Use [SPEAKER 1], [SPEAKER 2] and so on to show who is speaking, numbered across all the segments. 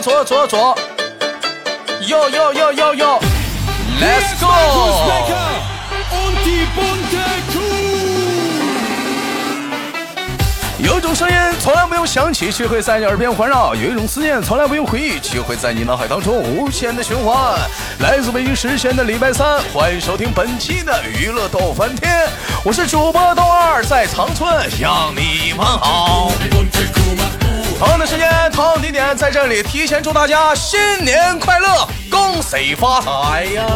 [SPEAKER 1] 左左左，右右右右右，Let's go！
[SPEAKER 2] Fußbäcker und die bunte Kuh.
[SPEAKER 1] 有一种声音从来不用响起，却会在你耳边环绕；有一种思念从来不用回忆，却会在你脑海当中无限的循环。来自北京时间的礼拜三，欢迎收听本期的娱乐逗翻天，我是主播豆二，在长春向你问好。同样的时间，同样地点，在这里提前祝大家新年快乐，恭喜发财呀！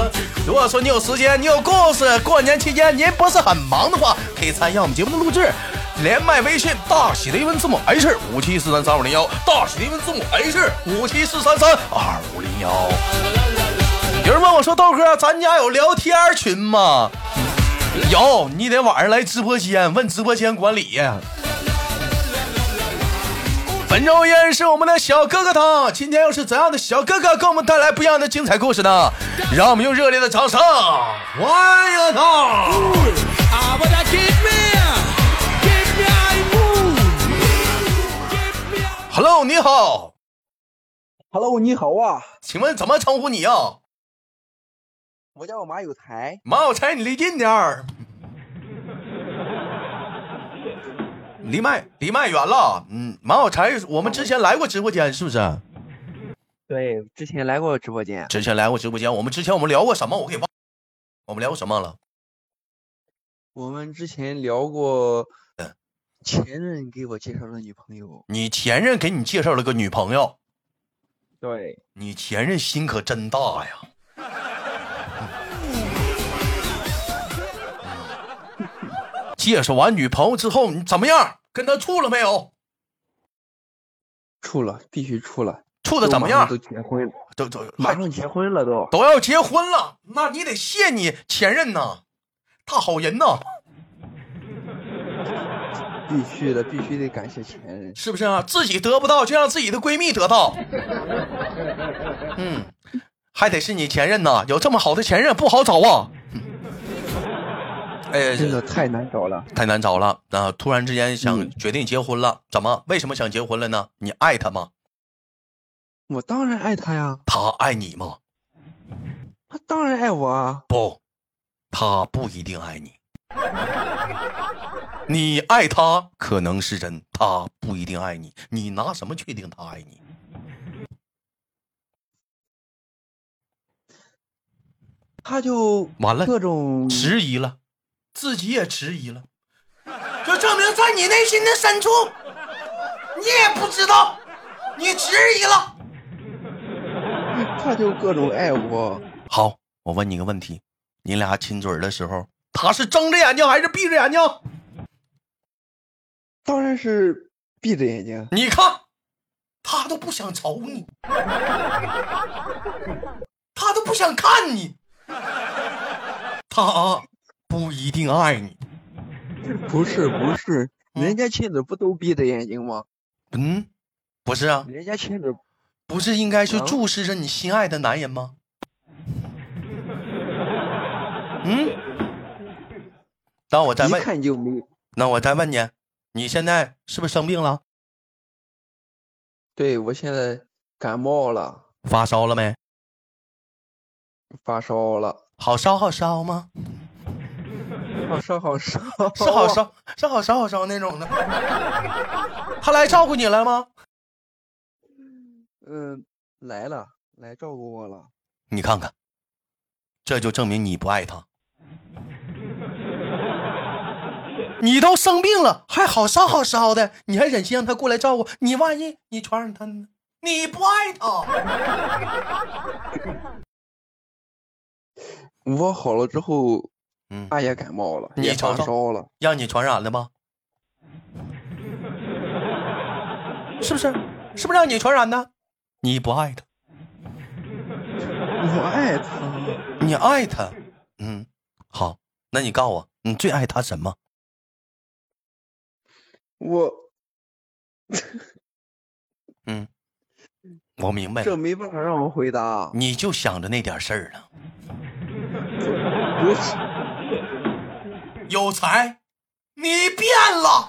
[SPEAKER 1] 如果说你有时间，你有故事，过年期间您不是很忙的话，可以参加我们节目的录制，连麦微信大写的英文字母 H 五七四三三五零幺，大写的英文字母 H 五七四三三二五零幺。有人问我说：“豆哥，咱家有聊天群吗？”有，你得晚上来直播间问直播间管理呀。本周依然是我们的小哥哥汤，今天又是怎样的小哥哥给我们带来不一样的精彩故事呢？让我们用热烈的掌声欢迎他！
[SPEAKER 2] Aber da geht mehr. Gib mir ein Move. Gib mir ein
[SPEAKER 1] Hello，你好，
[SPEAKER 3] Hello，你好啊，
[SPEAKER 1] 请问怎么称呼你呀、啊？
[SPEAKER 3] 我叫马有才，
[SPEAKER 1] 妈，我猜你离近点儿，离麦离麦远了。嗯，马小才，我们之前来过直播间是不是？
[SPEAKER 3] 对，之前来过直播间，
[SPEAKER 1] 之前来过直播间，我们之前我们聊过什么？我给忘，我们聊过什么了？
[SPEAKER 3] 我们之前聊过呃
[SPEAKER 1] 嗯
[SPEAKER 3] 前任给我介绍的女朋友，
[SPEAKER 1] 你前任给你介绍了个女朋友，
[SPEAKER 3] 对，
[SPEAKER 1] 你前任心可真大呀！介绍完女朋友之后，你怎么样？跟她处了没有？
[SPEAKER 3] 处了，必须处了，
[SPEAKER 1] 处的
[SPEAKER 3] 都
[SPEAKER 1] 怎么
[SPEAKER 3] 马上
[SPEAKER 1] 样
[SPEAKER 3] 都？结婚了，
[SPEAKER 1] 都都
[SPEAKER 3] 马上结婚了都，
[SPEAKER 1] 都要结婚了，那你得谢你前任呐，大好人呐，
[SPEAKER 3] 必须的，必须得感谢前任，
[SPEAKER 1] 是不是啊？自己得不到，就让自己的闺蜜得到。嗯，还得是你前任呐，有这么好的前任不好找啊。哎呀，
[SPEAKER 3] 真的太难找了，
[SPEAKER 1] 太难找了。那、突然之间想
[SPEAKER 3] 嗯
[SPEAKER 1] 决定结婚了，怎么？为什么想结婚了呢？你爱他吗？
[SPEAKER 3] 我当然爱他呀，
[SPEAKER 1] 他爱你吗？
[SPEAKER 3] 他当然爱我啊，
[SPEAKER 1] 不，他不一定爱你。你爱他可能是真，他不一定爱你。你拿什么确定他爱你？
[SPEAKER 3] 他就
[SPEAKER 1] 完了，
[SPEAKER 3] 各种
[SPEAKER 1] 迟疑了，自己也迟疑了，就证明在你内心的深处，你也不知道，你迟疑了。
[SPEAKER 3] 他就各种爱我，
[SPEAKER 1] 好，我问你个问题：你俩亲嘴儿的时候，他是睁着眼睛还是闭着眼睛？
[SPEAKER 3] 当然是闭着眼睛，
[SPEAKER 1] 你看，他都不想瞅你，他都不想看你，他不一定爱你。
[SPEAKER 3] 不是不是，
[SPEAKER 1] 嗯
[SPEAKER 3] 人家亲嘴不都闭着眼睛吗？
[SPEAKER 1] 嗯，不是啊，
[SPEAKER 3] 人家亲嘴
[SPEAKER 1] 不是应该去
[SPEAKER 3] 啊
[SPEAKER 1] 注视着你心爱的男人吗？嗯，那我再
[SPEAKER 3] 一
[SPEAKER 1] 问，
[SPEAKER 3] 看就没。
[SPEAKER 1] 那我再问你，你现在是不是生病了？
[SPEAKER 3] 对我现在感冒了，
[SPEAKER 1] 发烧了没？
[SPEAKER 3] 发烧了，
[SPEAKER 1] 好烧好烧吗？
[SPEAKER 3] 好烧好烧，
[SPEAKER 1] 是好 烧，是好烧好烧那 种的。他来照顾你了吗？
[SPEAKER 3] 嗯，来了，来照顾我了。
[SPEAKER 1] 你看看，这就证明你不爱他。 你都生病了，还好烧好烧的，你还忍心让他过来照顾？你万一你传染他呢？你不爱他，
[SPEAKER 3] 我好了之后，
[SPEAKER 1] 嗯
[SPEAKER 3] 他也感冒了，
[SPEAKER 1] 你
[SPEAKER 3] 也
[SPEAKER 1] 瞅瞅
[SPEAKER 3] 发烧了，
[SPEAKER 1] 让你传染了吧？是不是？是不是让你传染的？你不爱他，
[SPEAKER 3] 我爱他，
[SPEAKER 1] 你爱他，嗯，好，那你告诉我，你最爱他什么？
[SPEAKER 3] 我
[SPEAKER 1] 嗯，我明白了，
[SPEAKER 3] 这没办法让我回答，
[SPEAKER 1] 你就想着那点事儿了。
[SPEAKER 3] 不是
[SPEAKER 1] 有才，你变了。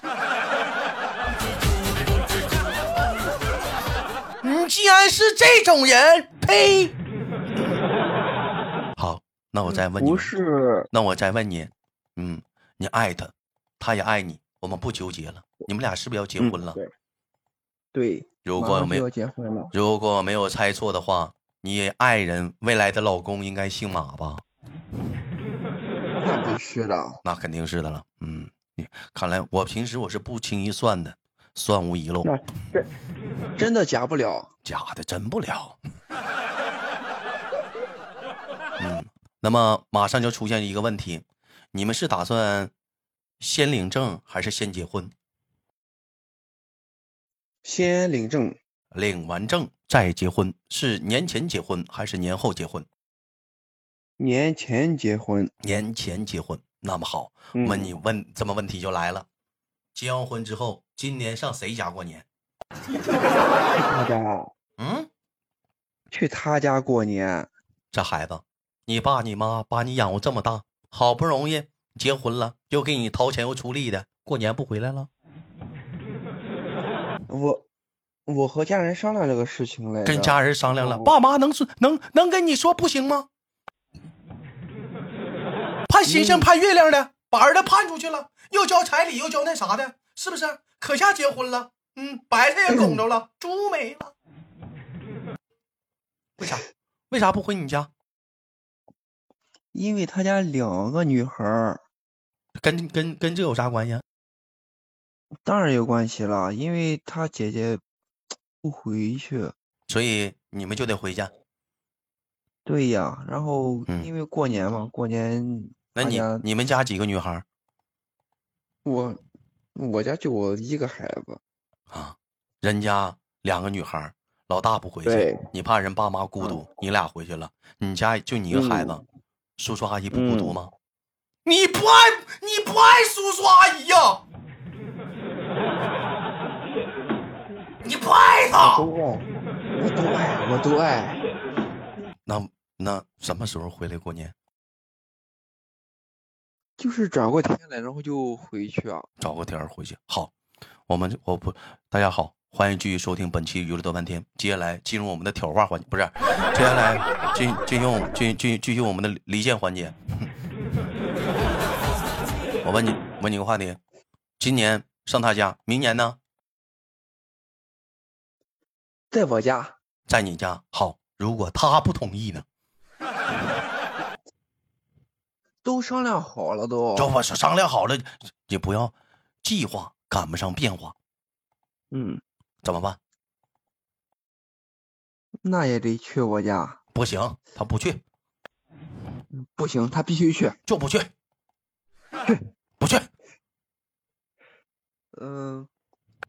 [SPEAKER 1] 你既然是这种人，呸！好，那我再问你
[SPEAKER 3] 不
[SPEAKER 1] 们，
[SPEAKER 3] 是
[SPEAKER 1] 那我再问你，嗯，你爱他，他也爱你，我们不纠结了，你们俩是不是要结
[SPEAKER 3] 嗯
[SPEAKER 1] 婚了？
[SPEAKER 3] 对，对，
[SPEAKER 1] 如
[SPEAKER 3] 马
[SPEAKER 1] 果
[SPEAKER 3] 上
[SPEAKER 1] 没
[SPEAKER 3] 就要
[SPEAKER 1] 有，
[SPEAKER 3] 结婚了，
[SPEAKER 1] 如果没有猜错的话，你爱人未来的老公应该姓马吧？
[SPEAKER 3] 那必须的。
[SPEAKER 1] 那肯定是的了。嗯，你看来我平时我是不轻易算的，算无遗漏，
[SPEAKER 3] 那这真的假不了。
[SPEAKER 1] 假的真不了。 嗯，那么马上就出现一个问题，你们是打算先领证还是先结婚？
[SPEAKER 3] 先领证，
[SPEAKER 1] 领完证再结婚，是年前结婚还是年后结婚？
[SPEAKER 3] 年前结婚。
[SPEAKER 1] 年前结婚。那么好，
[SPEAKER 3] 嗯
[SPEAKER 1] 问你问这么问题就来了，结完婚之后，今年上谁家过年？
[SPEAKER 3] 他家
[SPEAKER 1] 嗯，
[SPEAKER 3] 去他家过年，
[SPEAKER 1] 这孩子，你爸你妈把你养活这么大，好不容易结婚了，又给你掏钱又出力的，过年不回来了，
[SPEAKER 3] 我我和家人商量这个事情来着，
[SPEAKER 1] 跟家人商量了，
[SPEAKER 3] 哦
[SPEAKER 1] 爸妈能说能能跟你说不行吗？盼星星盼月亮的，把儿子盼出去了，又交彩礼又交那啥的，是不是？可下结婚了，嗯，白菜也拱着了，猪没了，为啥？为啥不回你家？
[SPEAKER 3] 因为他家两个女孩儿，
[SPEAKER 1] 跟跟跟这有啥关系啊？
[SPEAKER 3] 当然有关系了，因为他姐姐不回去。
[SPEAKER 1] 所以你们就得回家。
[SPEAKER 3] 对呀，然后
[SPEAKER 1] 嗯
[SPEAKER 3] 因为过年嘛，过年
[SPEAKER 1] 那
[SPEAKER 3] 他
[SPEAKER 1] 你
[SPEAKER 3] 家
[SPEAKER 1] 你们家几个女孩儿啊
[SPEAKER 3] 我我家就我一个孩子，
[SPEAKER 1] 啊？人家两个女孩儿，老大不回去
[SPEAKER 3] 对，
[SPEAKER 1] 你怕人爸妈孤独，你俩回去了，你家就你一个孩子，叔叔阿姨不孤独吗？你不爱你不爱叔叔阿姨呀、 你不爱他？
[SPEAKER 3] 都爱，我都爱，我都爱。
[SPEAKER 1] 那那什么时候回来过年？
[SPEAKER 3] 就是转过天来，然后就回去啊。
[SPEAKER 1] 找个天儿回去。好，我们我不，大家好，欢迎继续收听本期娱乐多半天。接下来进入我们的挑话环节，不是，接下来进进行我们进进继续我们的离线环节。我问你，问你个话题，今年上他家，明年呢
[SPEAKER 3] 在我家，
[SPEAKER 1] 在你家？好，如果他不同意呢？
[SPEAKER 3] 都商量好了都。
[SPEAKER 1] 要不是商量好了，也不要计划赶不上变化，
[SPEAKER 3] 嗯，
[SPEAKER 1] 怎么办？
[SPEAKER 3] 那也得去我家。
[SPEAKER 1] 不行，他不去
[SPEAKER 3] 不行，他必须去。
[SPEAKER 1] 就不去，不去。
[SPEAKER 3] 嗯、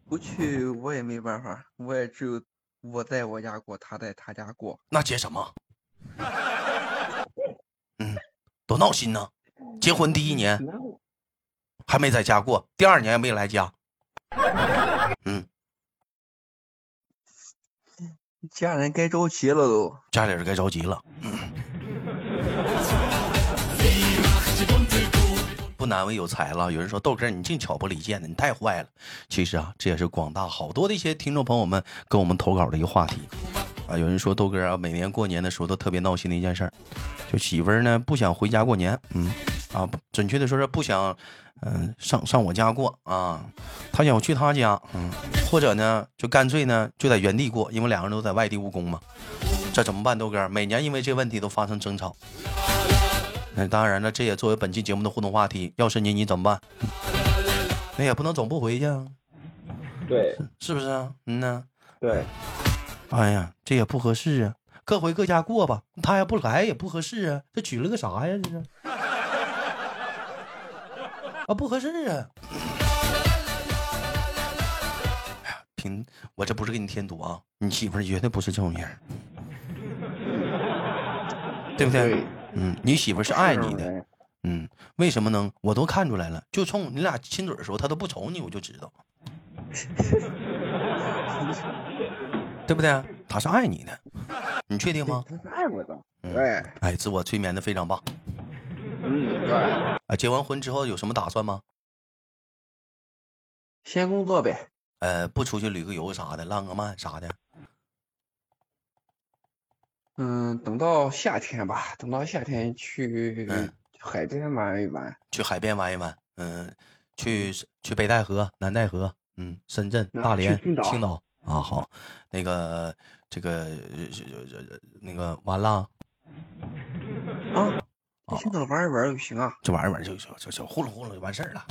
[SPEAKER 3] 不去我也没办法，我也只有我在我家过，他在他家过。
[SPEAKER 1] 那结什么？嗯，多闹心呢！结婚第一年还没在家过，第二年没来家。嗯，
[SPEAKER 3] 家人该着急了都。
[SPEAKER 1] 家里人该着急了。 嗯不难为有才了。有人说豆哥，你净挑拨离间的，你太坏了。其实啊，这也是广大好多的一些听众朋友们跟我们投稿的一个话题啊。有人说豆哥啊，每年过年的时候都特别闹心的一件事儿，就媳妇儿呢不想回家过年，嗯，啊，不准确的说是不想，嗯、上上我家过啊，她想去她家，嗯，或者呢就干脆呢就在原地过，因为两个人都在外地务工嘛。这怎么办，豆哥？每年因为这问题都发生争吵。那当然了，这也作为本期节目的互动话题。要是你，你怎么办？那也不能总不回去啊，
[SPEAKER 3] 对
[SPEAKER 1] 是不是啊？嗯呐，
[SPEAKER 3] 对，
[SPEAKER 1] 哎呀，这也不合适啊，各回各家过吧。他要不来也不合适啊，这娶了个啥呀？这是啊，不合适啊。哎呀，凭我这不是给你添堵啊，你媳妇儿绝对不是这种人儿，对不对？
[SPEAKER 3] 对
[SPEAKER 1] 嗯，你媳妇儿是爱你的，
[SPEAKER 3] 的。
[SPEAKER 1] 嗯，为什么呢？我都看出来了，就冲你俩亲嘴的时候，他都不瞅你，我就知道，对不对？他是爱你的，你确定吗？
[SPEAKER 3] 他是爱我的。
[SPEAKER 1] 嗯
[SPEAKER 3] 对，
[SPEAKER 1] 哎，自我催眠的非常棒。
[SPEAKER 3] 嗯对，
[SPEAKER 1] 啊，结完婚之后有什么打算吗？
[SPEAKER 3] 先工作呗。
[SPEAKER 1] 呃，不出去旅个游啥的，浪个漫啥的。
[SPEAKER 3] 嗯，等到夏天吧，等到夏天去
[SPEAKER 1] 嗯
[SPEAKER 3] 海边玩一玩。
[SPEAKER 1] 去海边玩一玩，嗯，去去北戴河、南戴河，嗯，深圳、
[SPEAKER 3] 啊
[SPEAKER 1] 大
[SPEAKER 3] 去
[SPEAKER 1] 连、
[SPEAKER 3] 青岛
[SPEAKER 1] 青岛啊，好，那个这个呃那个完了，
[SPEAKER 3] 啊，
[SPEAKER 1] 哦
[SPEAKER 3] 那青岛玩一玩就行啊。
[SPEAKER 1] 就玩一玩就就就就糊弄糊弄就完事儿了。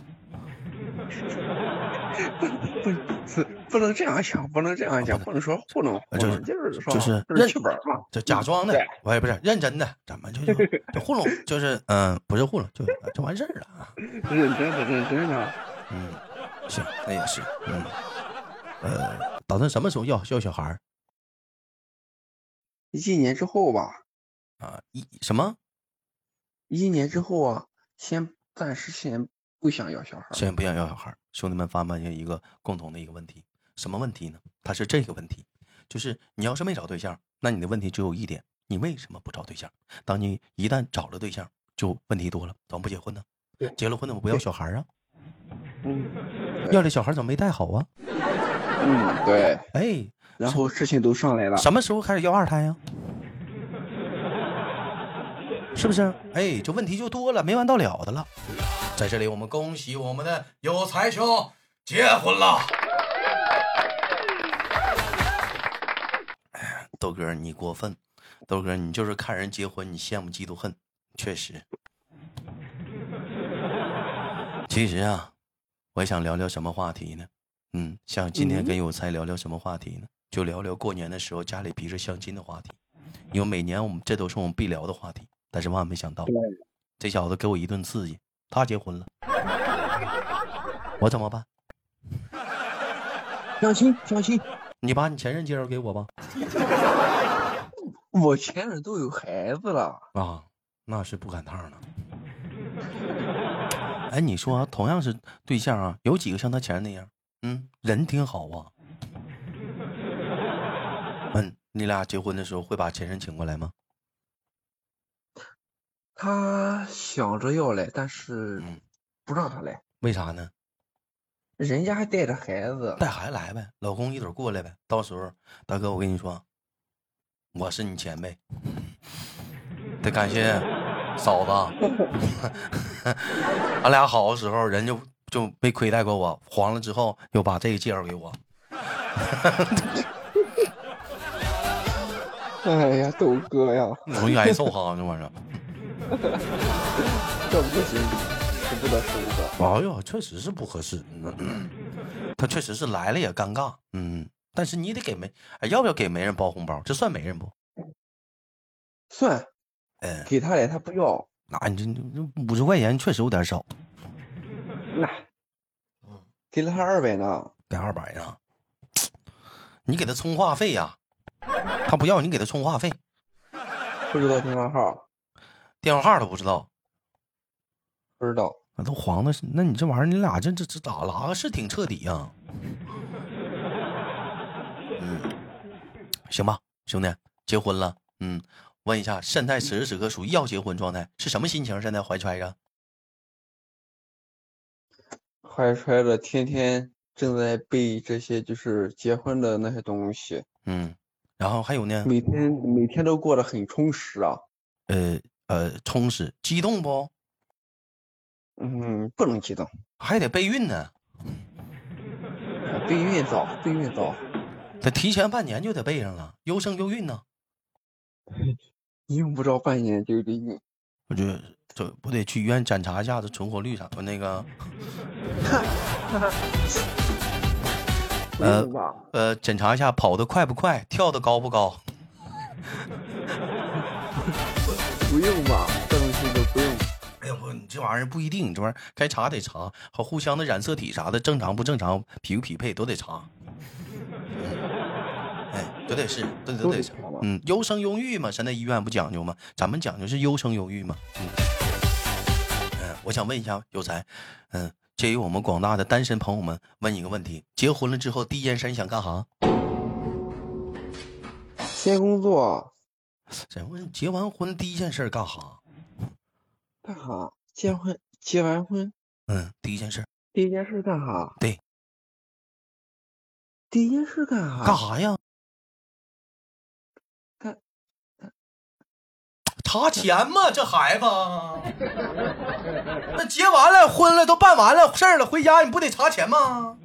[SPEAKER 3] 不是不能这样想，不能这样想，不能说糊弄糊
[SPEAKER 1] 呃就是
[SPEAKER 3] 弄，就是说
[SPEAKER 1] 就是
[SPEAKER 3] 就是
[SPEAKER 1] 认
[SPEAKER 3] 去玩儿嘛，
[SPEAKER 1] 就假装的
[SPEAKER 3] 嗯对，
[SPEAKER 1] 我也不是认真的，咱们就就就糊弄，就是嗯，不是糊弄，就就完事儿了啊。
[SPEAKER 3] 认真的认真的。
[SPEAKER 1] 嗯，行，那也是，嗯，呃，打算什么时候要要小孩儿
[SPEAKER 3] 一年之后吧，
[SPEAKER 1] 啊？一什么？
[SPEAKER 3] 一年之后啊，先暂时先不想要小孩儿，
[SPEAKER 1] 现在不想要小孩儿，兄弟们发现一个共同的一个问题，什么问题呢？它是这个问题，就是你要是没找对象，那你的问题只有一点：你为什么不找对象？当你一旦找了对象，就问题多了，怎么不结婚呢
[SPEAKER 3] 对？
[SPEAKER 1] 结了婚怎么不要小孩儿啊？
[SPEAKER 3] 嗯
[SPEAKER 1] 要这小孩儿怎么没带好啊？
[SPEAKER 3] 嗯对，
[SPEAKER 1] 哎，
[SPEAKER 3] 然后事情都上来了，
[SPEAKER 1] 什么时候开始要二胎呀、是不是？哎，这问题就多了，没完到了的了。在这里，我们恭喜我们的有才兄结婚了。哎豆哥，你过分，豆哥，你就是看人结婚，你羡慕嫉妒恨，确实。其实啊，我想聊聊什么话题呢？嗯，想今天跟有才聊聊什么话题呢？就聊聊过年的时候家里皮实相亲的话题，因为每年我们这都是我们必聊的话题。但是万万没想到，这小子给我一顿刺激，他结婚了， 我怎么办？
[SPEAKER 3] 相亲相亲，
[SPEAKER 1] 你把你前任介绍给我吧。
[SPEAKER 3] 我前任都有孩子了，
[SPEAKER 1] 啊，那是不赶趟了。哎，你说啊、同样是对象啊，有几个像他前任那样？嗯，人挺好啊。嗯，你俩结婚的时候会把前任请过来吗？
[SPEAKER 3] 他想着要来，但是
[SPEAKER 1] 嗯
[SPEAKER 3] 不让他来，
[SPEAKER 1] 为啥呢？
[SPEAKER 3] 人家还带着孩子，
[SPEAKER 1] 带孩子来呗，老公一准过来呗。到时候，大哥，我跟你说，我是你前辈，得感谢嫂子。 俺俩好的时候，人就就没亏待过我；黄了之后，又把这个介绍给我。
[SPEAKER 3] 哎呀，豆哥呀，
[SPEAKER 1] 容易 挨揍哈，这玩意儿。
[SPEAKER 3] 这不行，使不得使不得。
[SPEAKER 1] 哎呦，确实是不合适。嗯他确实是来了也尴尬，嗯。但是你得给媒，哎，要不要给媒人包红包？这算媒人不？
[SPEAKER 3] 算
[SPEAKER 1] 嗯，
[SPEAKER 3] 给他了，他不要，
[SPEAKER 1] 那、你这这五十块钱确实有点少，
[SPEAKER 3] 那给了他二百呢。
[SPEAKER 1] 给二百呢。你给他充话费呀、他不要你给他充话费，
[SPEAKER 3] 不知道电话号，
[SPEAKER 1] 电话号都不知道，
[SPEAKER 3] 不知道。
[SPEAKER 1] 那啊都黄的是。那你这玩意儿，你俩这这这打拉是挺彻底呀、啊嗯，行吧，兄弟，结婚了。嗯，问一下，现在此时此刻属于要结婚状态，是什么心情？现在怀揣着
[SPEAKER 3] 怀揣着天天正在背这些就是结婚的那些东西，
[SPEAKER 1] 嗯，然后还有呢，
[SPEAKER 3] 每天每天都过得很充实啊。
[SPEAKER 1] 呃呃，充实、激动不？
[SPEAKER 3] 嗯，不能激动，
[SPEAKER 1] 还得备孕呢，
[SPEAKER 3] 哎备孕早，备孕早，
[SPEAKER 1] 得提前半年就得备上了，优生优孕呢。
[SPEAKER 3] 用不着半年就得孕。
[SPEAKER 1] 我觉得这不得去医院检查一下子存活率啥的，那个
[SPEAKER 3] 不
[SPEAKER 1] 呃
[SPEAKER 3] 用吧，
[SPEAKER 1] 呃，检查一下跑得快不快，跳得高不高。
[SPEAKER 3] 不用吧，这东西都不用。
[SPEAKER 1] 哎呀，我你这玩意儿不一定，这玩意儿该查得查，好互相的染色体啥的，正常不正常，匹不匹配都得查。哎，都得是，都得都
[SPEAKER 3] 都
[SPEAKER 1] 得
[SPEAKER 3] 得
[SPEAKER 1] 查
[SPEAKER 3] 查吧。
[SPEAKER 1] 嗯，优生优育嘛，现在医院不讲究嘛，咱们讲究是优生优育嘛。嗯，嗯、我想问一下有才，嗯、介于我们广大的单身朋友们问一个问题：结婚了之后第一件事你想干啥？
[SPEAKER 3] 先工作
[SPEAKER 1] 咱问结完婚第一件事干啥？
[SPEAKER 3] 干哈？结婚结完婚
[SPEAKER 1] 嗯，第一件事
[SPEAKER 3] 第一件事干哈？
[SPEAKER 1] 对，
[SPEAKER 3] 啊第一件事干哈？
[SPEAKER 1] 干啥呀？他钱吗？这孩子，那结完了婚了都办完了事儿了，回家你不得查钱吗？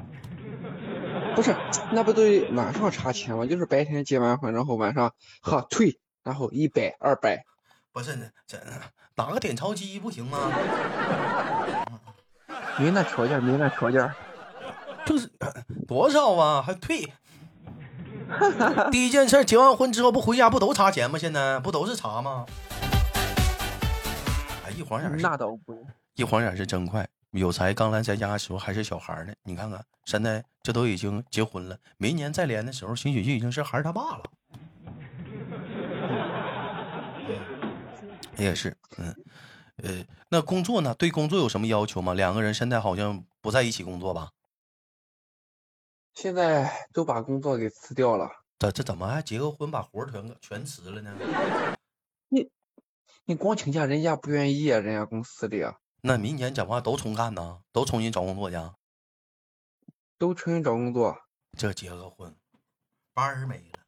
[SPEAKER 3] 不是，那不对，晚上查钱吗？就是白天结完婚，然后晚上哈退，然后一百、二百，
[SPEAKER 1] 不是，这打个点钞机不行吗？
[SPEAKER 3] 没那条件，没那条件。
[SPEAKER 1] 就是多少啊？还退？第一件事，结完婚之后不回家不都查钱吗？现在不都是查吗？哎，一晃眼儿是
[SPEAKER 3] 那倒不，
[SPEAKER 1] 一晃眼儿是真快。有才刚来咱家的时候还是小孩儿呢，你看看，现在这都已经结婚了，明年再连的时候，兴许就已经是孩儿他爸了。 也是，嗯，呃，那工作呢？对工作有什么要求吗？两个人现在好像不在一起工作吧？
[SPEAKER 3] 现在都把工作给辞掉了。
[SPEAKER 1] 这这怎么还结个婚把活儿全全辞了呢？
[SPEAKER 3] 你光请假，人家不愿意啊，人家公司里啊，
[SPEAKER 1] 那明年讲话都重干呐，都重新找工作去啊。
[SPEAKER 3] 都重新找工作。
[SPEAKER 1] 这结个婚，班儿没了。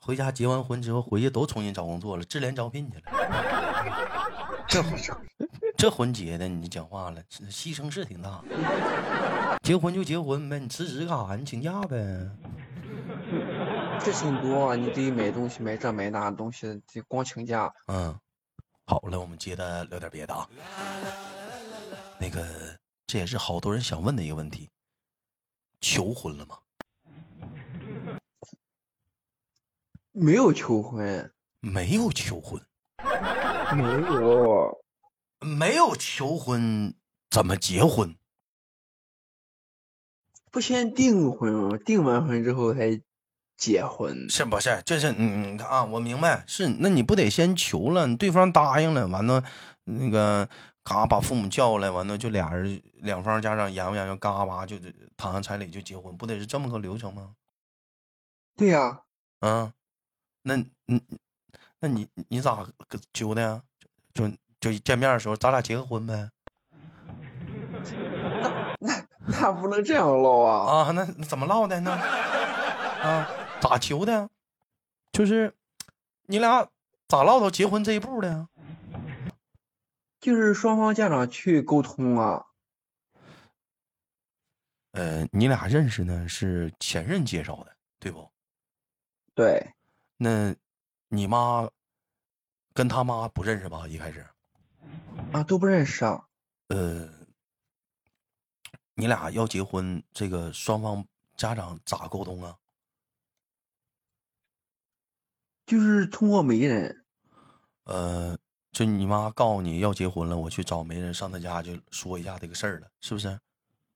[SPEAKER 1] 回家结完婚之后，回去都重新找工作了，智联招聘去了。这婚结的，你讲话了，是牺牲是挺大。结婚就结婚呗，你辞职干啥？你请假呗。
[SPEAKER 3] 事情多啊，你得买东西，买这买那东西，得光请假。
[SPEAKER 1] 嗯，好了，我们接着聊点别的啊。那个，这也是好多人想问的一个问题：求婚了吗？
[SPEAKER 3] 没有求婚，
[SPEAKER 1] 没有求婚，
[SPEAKER 3] 没有，
[SPEAKER 1] 没有求婚怎么结婚？
[SPEAKER 3] 不先订婚吗？订完婚之后才结婚。
[SPEAKER 1] 是不是？就是嗯嗯啊，我明白，是那你不得先求了，对方答应了，完了那个嘎把父母叫来，完了就俩人两方家长研究研究，嘎巴就谈上彩礼就结婚，不得是这么个流程吗？
[SPEAKER 3] 对呀、
[SPEAKER 1] 啊，那嗯，那你你咋个揪的呀？就就见面的时候，咱俩结个婚呗？
[SPEAKER 3] 那不能这样唠啊！
[SPEAKER 1] 啊，那怎么唠的呢？ 啊，咋求的呀？就是你俩咋唠到结婚这一步的呀？
[SPEAKER 3] 就是双方家长去沟通啊。
[SPEAKER 1] 呃，你俩认识呢是前任介绍的，对不？
[SPEAKER 3] 对，
[SPEAKER 1] 那你妈跟他妈不认识吧？一开始，
[SPEAKER 3] 啊，都不认识啊。
[SPEAKER 1] 呃，你俩要结婚，这个双方家长咋沟通啊？
[SPEAKER 3] 就是通过媒人，
[SPEAKER 1] 呃，就你妈告诉你要结婚了，我去找媒人上她家去说一下这个事儿了，是不是？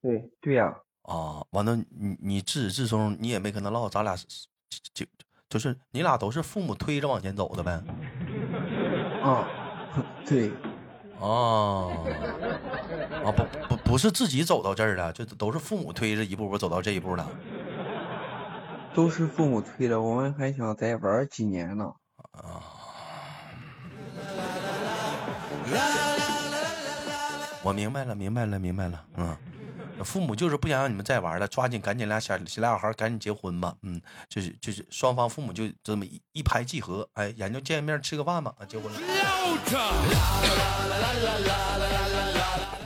[SPEAKER 3] 对对呀、
[SPEAKER 1] 啊，完了，你你自始至终你也没跟他唠，咱俩是就就是你俩都是父母推着往前走的呗。
[SPEAKER 3] 啊，对，
[SPEAKER 1] 哦，啊不不不是自己走到这儿的，这都是父母推着一步步走到这一步的
[SPEAKER 3] 都是父母催的，我们还想再玩儿几年呢。
[SPEAKER 1] 我明白了，明白了，明白了，嗯。父母就是不想让你们再玩了，抓紧赶紧俩小俩小孩赶紧结婚吧，嗯，就是就是双方父母就这么一一拍即合，哎，研究见面吃个饭吧，啊，结婚了。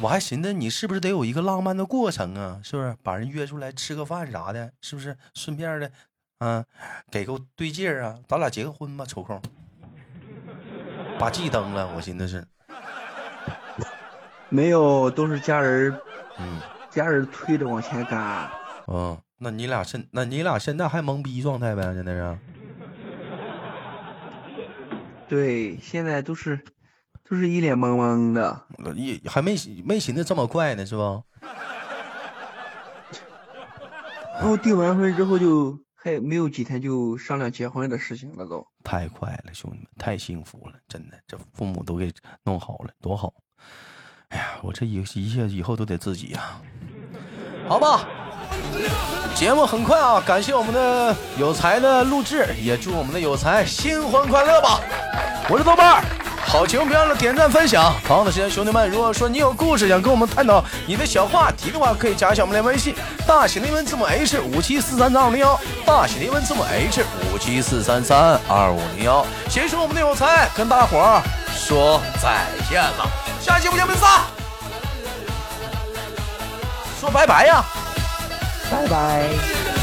[SPEAKER 1] 我还寻思你是不是得有一个浪漫的过程啊？是不是把人约出来吃个饭啥的？是不是顺便的，啊，给个对戒儿啊？咱俩结个婚吧，抽空。把祭登了，我寻思是，
[SPEAKER 3] 没有，都是家人儿
[SPEAKER 1] 嗯
[SPEAKER 3] 家人儿推着往前赶。
[SPEAKER 1] 嗯，那你俩现那你俩现在还懵逼状态呗？现在是，
[SPEAKER 3] 对，现在都是都是一脸懵懵的。
[SPEAKER 1] 也还没没寻思这么快呢，是不？
[SPEAKER 3] 然后订完婚之后就还没有几天就商量结婚的事情了都。
[SPEAKER 1] 太快了，兄弟们，太幸福了，真的，这父母都给弄好了，多好！哎呀，我这一一切以后都得自己呀、好吧。节目很快啊，感谢我们的有才的录制，也祝我们的有才新婚快乐吧！我是豆瓣儿，好节目别忘了点赞分享。同样的时间，兄弟们，如果说你有故事想跟我们探讨你的小话题的话，可以加一下我们的微信，大写的英文字母 H 五七四三三二零幺，大写的英文字母 H 五七四三三二五零幺。谁说我们的有才？跟大伙儿说再见了，下期不见不散。说拜拜呀。
[SPEAKER 3] 拜拜。
[SPEAKER 2] Yeah.